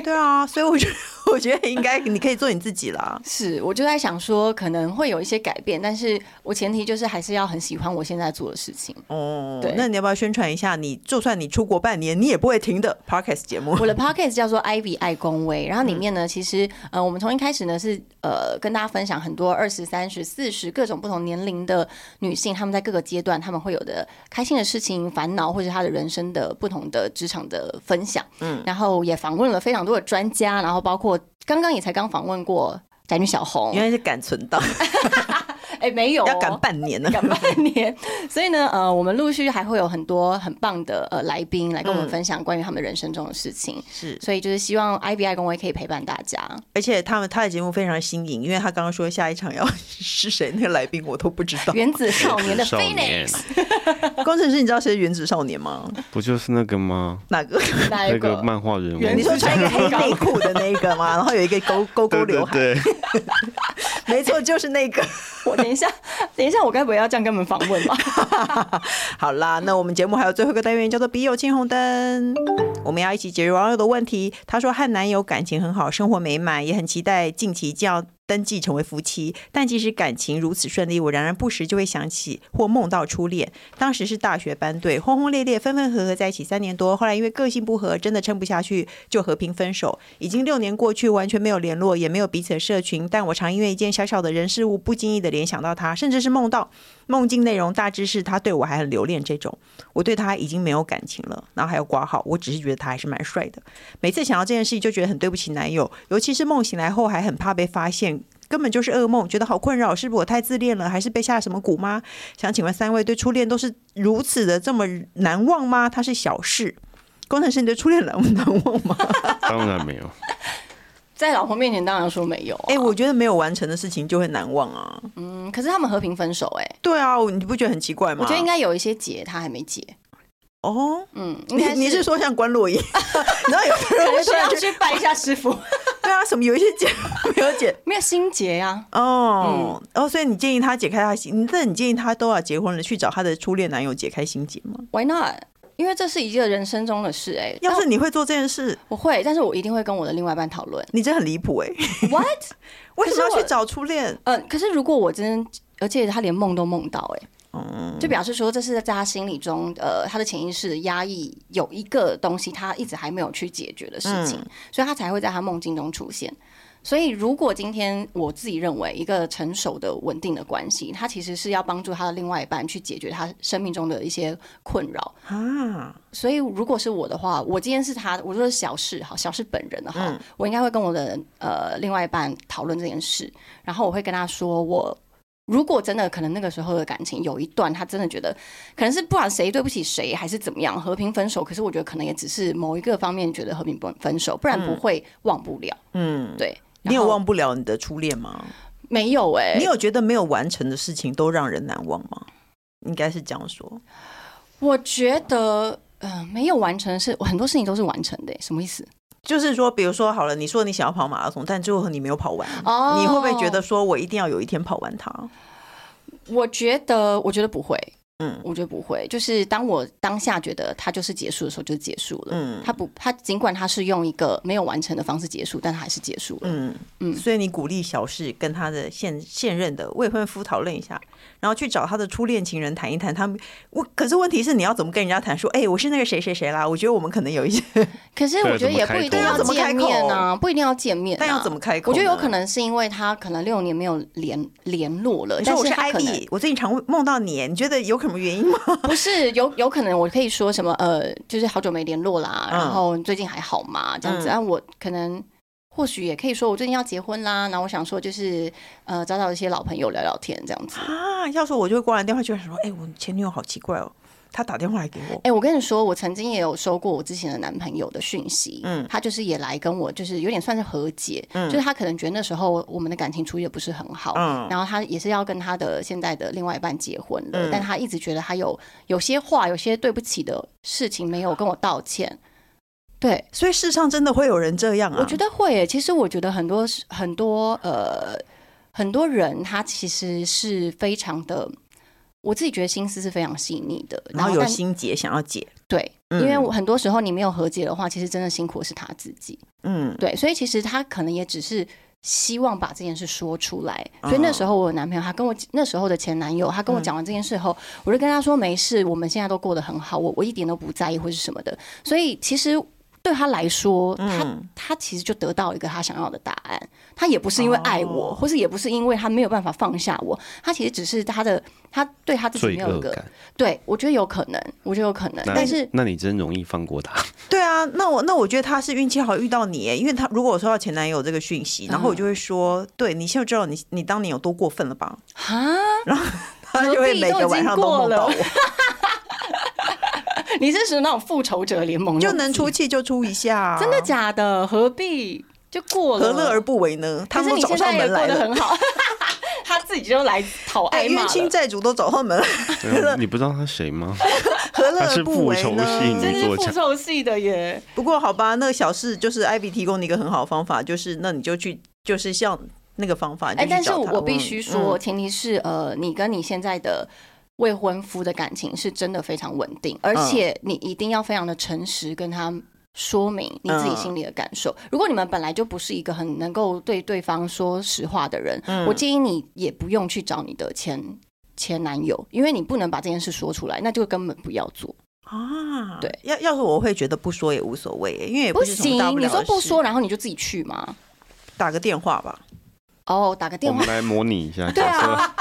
S1: 对啊，所以我觉得我觉得应该你可以做你自己 啦。
S2: 是，我就在想说可能会有一些改变，但是我前提就是还是要很喜欢我现在做的事情。
S1: 哦
S2: 对，
S1: 那你要不要宣传一下你？就算你出国半年，你也不会停的 podcast 节目。
S2: 我的 podcast 叫做 Ivy 爱公威，然后里
S1: 嗯
S2: 面呢，其实呃，我们从一开始呢是呃跟大家分享很多二十三、十四十各种不同年龄的女性，她们在各个阶段她们会有的开心的事情、烦恼，或者她的人生的不同的职场的分享。嗯，然后也访问了非常多的专家，然后包括刚刚也才刚访问过宅女小红
S1: 原，来是赶存档，
S2: 哎，没有、哦，
S1: 要赶半 年呢。
S2: 哦赶半年，所以呢，呃，我们陆续还会有很多很棒的呃来宾来跟我
S1: 嗯
S2: 们分享关于他们人生中的事情。
S1: 是，
S2: 所以就是希望 IBI 工会可以陪伴大 家。
S1: 而且他们他的节目非常新颖，因为他刚刚说下一场要 是谁那个来宾我都不知道。
S2: 原子少年的
S3: 少年
S2: Phoenix
S1: 工程师，你知道谁是原子少年吗？
S3: 不就是那个吗？
S1: 哪个？
S2: 哪
S3: 那
S2: 一
S3: 个
S2: 个？
S3: 漫画人物，
S2: 原
S1: 你
S2: 子
S1: 说穿一个 黑
S2: 少年
S1: 内裤的那个吗？然后有一个勾勾勾
S3: 对
S1: 刘
S3: 对
S1: 海，
S3: 对，
S1: 没错，就是那个。
S2: 我等一下，等一下，我该不会要这样跟你们访问 吧？
S1: 好啦，那我们节目还有最后一个单元叫做“笔友青红灯”，我们要一起解决网友的问题。她说和男友感情很好，生活美满，也很期待近期就要登记成为夫妻。但即使感情如此顺利，我仍然不时就会想起或梦到初恋。当时是大学班队，轰轰烈烈，分分合合在一起三年多，后来因为个性不合，真的撑不下去，就和平分手。已经六年过去，完全没有联络，也没有彼此的社群。但我常因为一件小小的人事物，不经意的联想到他，甚至是梦到。梦境内容大致是他对我还很留恋这种，我对他已经没有感情了，然后还有挂号，我只是觉得他还是蛮帅的。每次想到这件事情就觉得很对不起男友，尤其是梦醒来后还很怕被发现，根本就是噩梦，觉得好困扰，是不是我太自恋了，还是被下了什么蛊吗？想请问三位对初恋都是如此的这么难忘吗？它是小事。工程师，你对初恋难不难忘吗？
S3: 当然 没有，
S2: 在老婆面前当然说没有、啊。
S1: 哎、我觉得没有完成的事情就会难忘啊。
S2: 嗯，可是他们和平分手、哎，
S1: 对啊，你不觉得很奇怪吗？
S2: 我觉得应该有一些结他还没结。
S1: 哦，
S2: 嗯，应
S1: 你
S2: 该
S1: 你是说像关 洛伊，然后有的
S2: 可
S1: 人
S2: 能
S1: 会
S2: 需
S1: 突然
S2: 要
S1: 觉得
S2: 去拜一下师傅，
S1: 对啊，什么有一些解没有解
S2: 没有心结呀、
S1: 哦、
S2: 嗯
S1: 哦，所以你建议他解开他的心，那你建议他都要结婚了，去找他的初恋男友解开心结吗？
S2: Why not？因为这是一件人生中的事、哎，
S1: 要是你会做这件事，
S2: 我会，但是我一定会跟我的另外一半讨论。
S1: 你真的很离谱哎！
S2: What？
S1: 为什么要
S2: 我
S1: 去找初恋？
S2: 呃，可是如果我真，而且他连梦都梦到、哎，
S1: 嗯，
S2: 就表示说这是在他心里中，呃，他的潜意识的压抑有一个东西，他一直还没有去解决的事情，所以他才会在他梦境中出现。所以，如果今天我自己认为一个成熟的、稳定的关系，它其实是要帮助他的另外一半去解决他生命中的一些困扰。
S1: 啊，
S2: 所以，如果是我的话，我今天是他，我说小事好，小事本人的
S1: 嗯
S2: 话，我应该会跟我的呃另外一半讨论这件事，然后我会跟他说我。如果真的可能那个时候的感情有一段，他真的觉得可能是不管谁对不起谁，还是怎么样和平分手。可是我觉得可能也只是某一个方面觉得和平分分手，不然不会忘不了。
S1: 嗯，
S2: 对，
S1: 你有
S2: 然后
S1: 忘不了你的初恋吗？
S2: 没有、欸？
S1: 你有觉得没有完成的事情都让人难忘吗？应该是这样说，
S2: 我觉得呃没有完成的是很多事情都是完成的、欸什么意思？
S1: 就是说，比如说好了，你说你想要跑马拉松，但最后你没有跑完，
S2: 哦
S1: 你会不会觉得说我一定要有一天跑完它？
S2: 我觉得，我觉得不会。
S1: 嗯
S2: 我觉得不会，就是当我当下觉得它就是结束的时候，就结束了。
S1: 嗯
S2: 它不，它尽管它是用一个没有完成的方式结束，但它还是结束了。
S1: 嗯
S2: 嗯
S1: 所以你鼓励小事跟他的现现任的未婚夫讨论一下，然后去找他的初恋情人谈一谈。他们我可是问题是你要怎么跟人家谈说，哎、我是那个谁谁谁啦？我觉得我们可能有一些，
S2: 可是我觉得也不一定要见面
S1: 对啊
S2: 啊，不一定要见面、啊。
S1: 但要怎么开口
S2: 我
S1: 呢？
S2: 觉得有可能是因为他可能六年没有联联络了，
S1: 你
S2: 但
S1: 说我
S2: 是
S1: 是
S2: 他可能
S1: Ivy，我最近常梦到你耶，你觉得有什么原因吗？
S2: 不是有有可能我可以说什么呃，就是好久没联络啦，然后最近还好吗？这样子，
S1: 嗯
S2: 但、我可能。或许也可以说，我最近要结婚啦，然后我想说，就是呃，找找一些老朋友聊聊天这样子。
S1: 啊，要说我就会挂完电话，就想说，哎、我前女友好奇怪哦，她打电话来给我，
S2: 哎、我跟你说，我曾经也有收过我之前的男朋友的讯息，
S1: 嗯
S2: 嗯，他就是也来跟我，就是有点算是和解，
S1: 嗯
S2: 就是他可能觉得那时候我们的感情处理的不是很好，
S1: 嗯
S2: 然后他也是要跟他的现在的另外一半结婚了，
S1: 嗯
S2: 但他一直觉得他有有些话，有些对不起的事情没有跟我道歉，对。
S1: 所以世上真的会有人这样啊？
S2: 我觉得会耶，其实我觉得很多很多呃很多人他其实是非常的，我自己觉得心思是非常细腻的，
S1: 然后有
S2: 但
S1: 心结想要解，
S2: 对，
S1: 嗯
S2: 因为我很多时候你没有和解的话，其实真的辛苦的是他自己。
S1: 嗯，
S2: 对，所以其实他可能也只是希望把这件事说出来。所
S3: 嗯
S2: 以那时候我有男朋友，他跟我那时候的前男友，他跟我讲完这件事后，我就跟他说没事，我们现在都过得很好，我我一点都不在意或是什么的。所以其实。对他来说，
S1: 嗯
S3: 嗯
S2: 他他其实就得到一个他想要的答案。他也不是因为爱我，
S1: 哦
S2: 或是也不是因为他没有办法放下我，他其实只是他的他对他自己
S3: 罪
S2: 没有一
S3: 恶
S2: 个
S3: 感。
S2: 对，我觉得有可能，我觉得有可能，
S3: 那
S2: 但是
S3: 那你真容易放 过他。
S1: 对啊，那我那我觉得他是运气好遇到你耶，因为他如果我收到前男友这个讯
S2: 嗯
S1: 息，然后我就会说，对你现在知道你你当年有多过分了吧？
S2: 哈，
S1: 他就会每个晚上都梦到
S2: 何
S1: 我
S2: 必，你是属于那种复仇者联盟那种
S1: 就能出气就出一下，啊
S2: 真的假的？何必就过了？
S1: 何乐而不为呢？他
S2: 可
S1: 们
S2: 是
S1: 都找
S2: 你现在
S1: 上
S2: 也
S1: 门
S2: 过
S1: 来
S2: 得
S1: 了，
S2: 很好， 他自己就来讨
S1: 哎，
S2: 挨骂
S1: 冤亲
S2: 了。
S1: 债主都找上门来，
S3: 对啊你不知道他谁吗？
S1: 何乐
S3: 他是
S1: 而不
S3: 复
S1: 为
S3: 仇
S1: 呢？
S3: 性
S2: 真是
S3: 作
S2: 复
S3: 家，
S2: 仇系的耶！
S1: 不过好吧，那个小事就是艾比提供你一个很好的方法，就是那你就去，就是像那个方法，你就
S2: 哎，
S1: 去
S2: 但是
S1: 找他嗯
S2: 我必须说，
S1: 问
S2: 前提是呃，你跟你现在的未婚夫的感情是真的非常稳定，而
S1: 嗯
S2: 且你一定要非常的诚实跟他。说明你自己
S1: 嗯
S2: 心里的感受。如果你们本来就不是一个很能够对对方说实话的人，
S1: 嗯
S2: 我建议你也不用去找你的前前男友，因为你不能把这件事说出来，那就根本不要做。
S1: 嗯啊，
S2: 对，
S1: 要要是我会觉得不说也无所谓，因为也是什么
S2: 行
S1: 大，了
S2: 你
S1: 的
S2: 说不
S1: 事
S2: 说，，然后你就自己去嘛。
S1: 打个电话吧。
S2: 哦，打个
S3: 我
S2: 电话
S3: 们，来模拟一下角
S2: 对
S3: 色。
S2: 啊，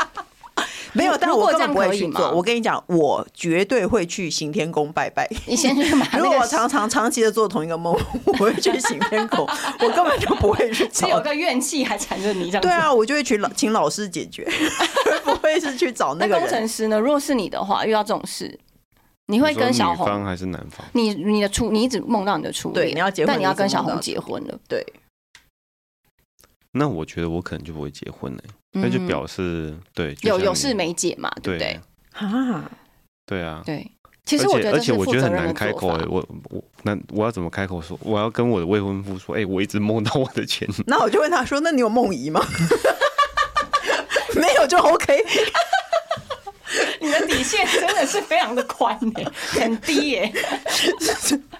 S1: 没有，
S2: 如
S1: 但
S2: 如
S1: 我
S2: 果
S1: 根本
S2: 这样
S1: 不会
S2: 可以
S1: 去
S2: 吗
S1: 做。我跟你讲，我绝对会去行天宫拜拜。
S2: 你先去买那
S1: 如
S2: 个
S1: 果我常常长期的做同一个梦， 我会去行天宫， 我根本就不会去
S2: 是有
S1: 找。
S2: 个怨气还缠着你这样子。
S1: 对啊，我就会去老请老师解决， 而不会是去找
S2: 那
S1: 个
S2: 工
S1: 人。
S2: 程师呢？如果是你的话，遇到这种事，你
S3: 你
S2: 会
S3: 说
S2: 跟小
S3: 女
S2: 红，
S3: 方还是男方？
S2: 你你的初，你一直梦到你的初
S1: 对
S2: 恋，
S1: 你要结婚
S2: 但你要
S1: 你一直
S2: 跟小
S1: 梦到
S2: 红
S1: 初
S2: 结婚了，
S1: 对，
S3: 那我觉得我可能就不会结婚了，那
S2: 那
S3: 就表示对就
S2: 嗯有
S3: 像
S2: 有
S3: 你
S2: 事没解嘛，对不对
S3: 对？
S1: 啊，
S3: 对啊。
S2: 对，
S3: 而
S2: 其实
S3: 且
S2: 我觉得
S3: 而
S2: 这
S3: 且
S2: 是
S3: 我
S2: 负
S3: 觉得
S2: 责
S3: 很
S2: 任的
S3: 难开口
S2: 做
S3: 欸、
S2: 法。
S3: 我我那我要怎么开口说？我要跟我的未婚夫说，哎、我一直梦到我的前男
S1: 那我就问他说：“那你有梦遗吗？” 没有就 OK，
S2: 你的底线真的是非常的宽诶、很低耶、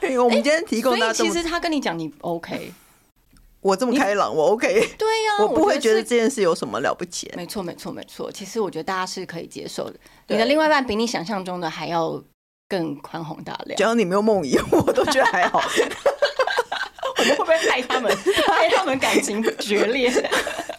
S1: 因为哎我们今天提
S2: 哎所
S1: 供大家
S2: 以
S1: 这
S2: 其
S1: 么、
S2: 实他跟你讲你 OK，
S1: 我这么开朗，我 OK，
S2: 对呀、
S1: 啊我不会觉得
S2: 是
S1: 这件事有什么了不起。
S2: 没错，没错，没错。其实我觉得大家是可以接受的。
S1: 对
S2: 你的另外一半比你想象中的还要更宽宏大量
S1: 只。要你没有梦遗， 我都觉得还好。
S2: 我们会不会害他们，害他们感情决裂？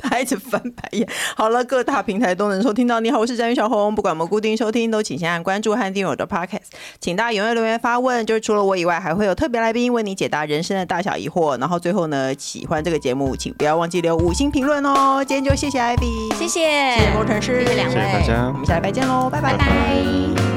S1: 他一直翻白眼。好了，各大平台都能收听到。你好，我是詹宇小红。不管我们固定收听，都请先按关注和订阅我的 Podcast。请大家踊跃留言发问，就是除了我以外，还会有特别来宾为你解答人生的大小疑惑。然后最后呢，喜欢这个节目，请不要忘记留五星评论哦。今天就谢谢艾比，
S2: 谢谢，
S1: 谢谢工程师
S2: 谢谢两
S3: 谢
S2: 位，
S3: 谢大家
S1: 我们下礼拜见喽，拜拜
S2: 拜拜。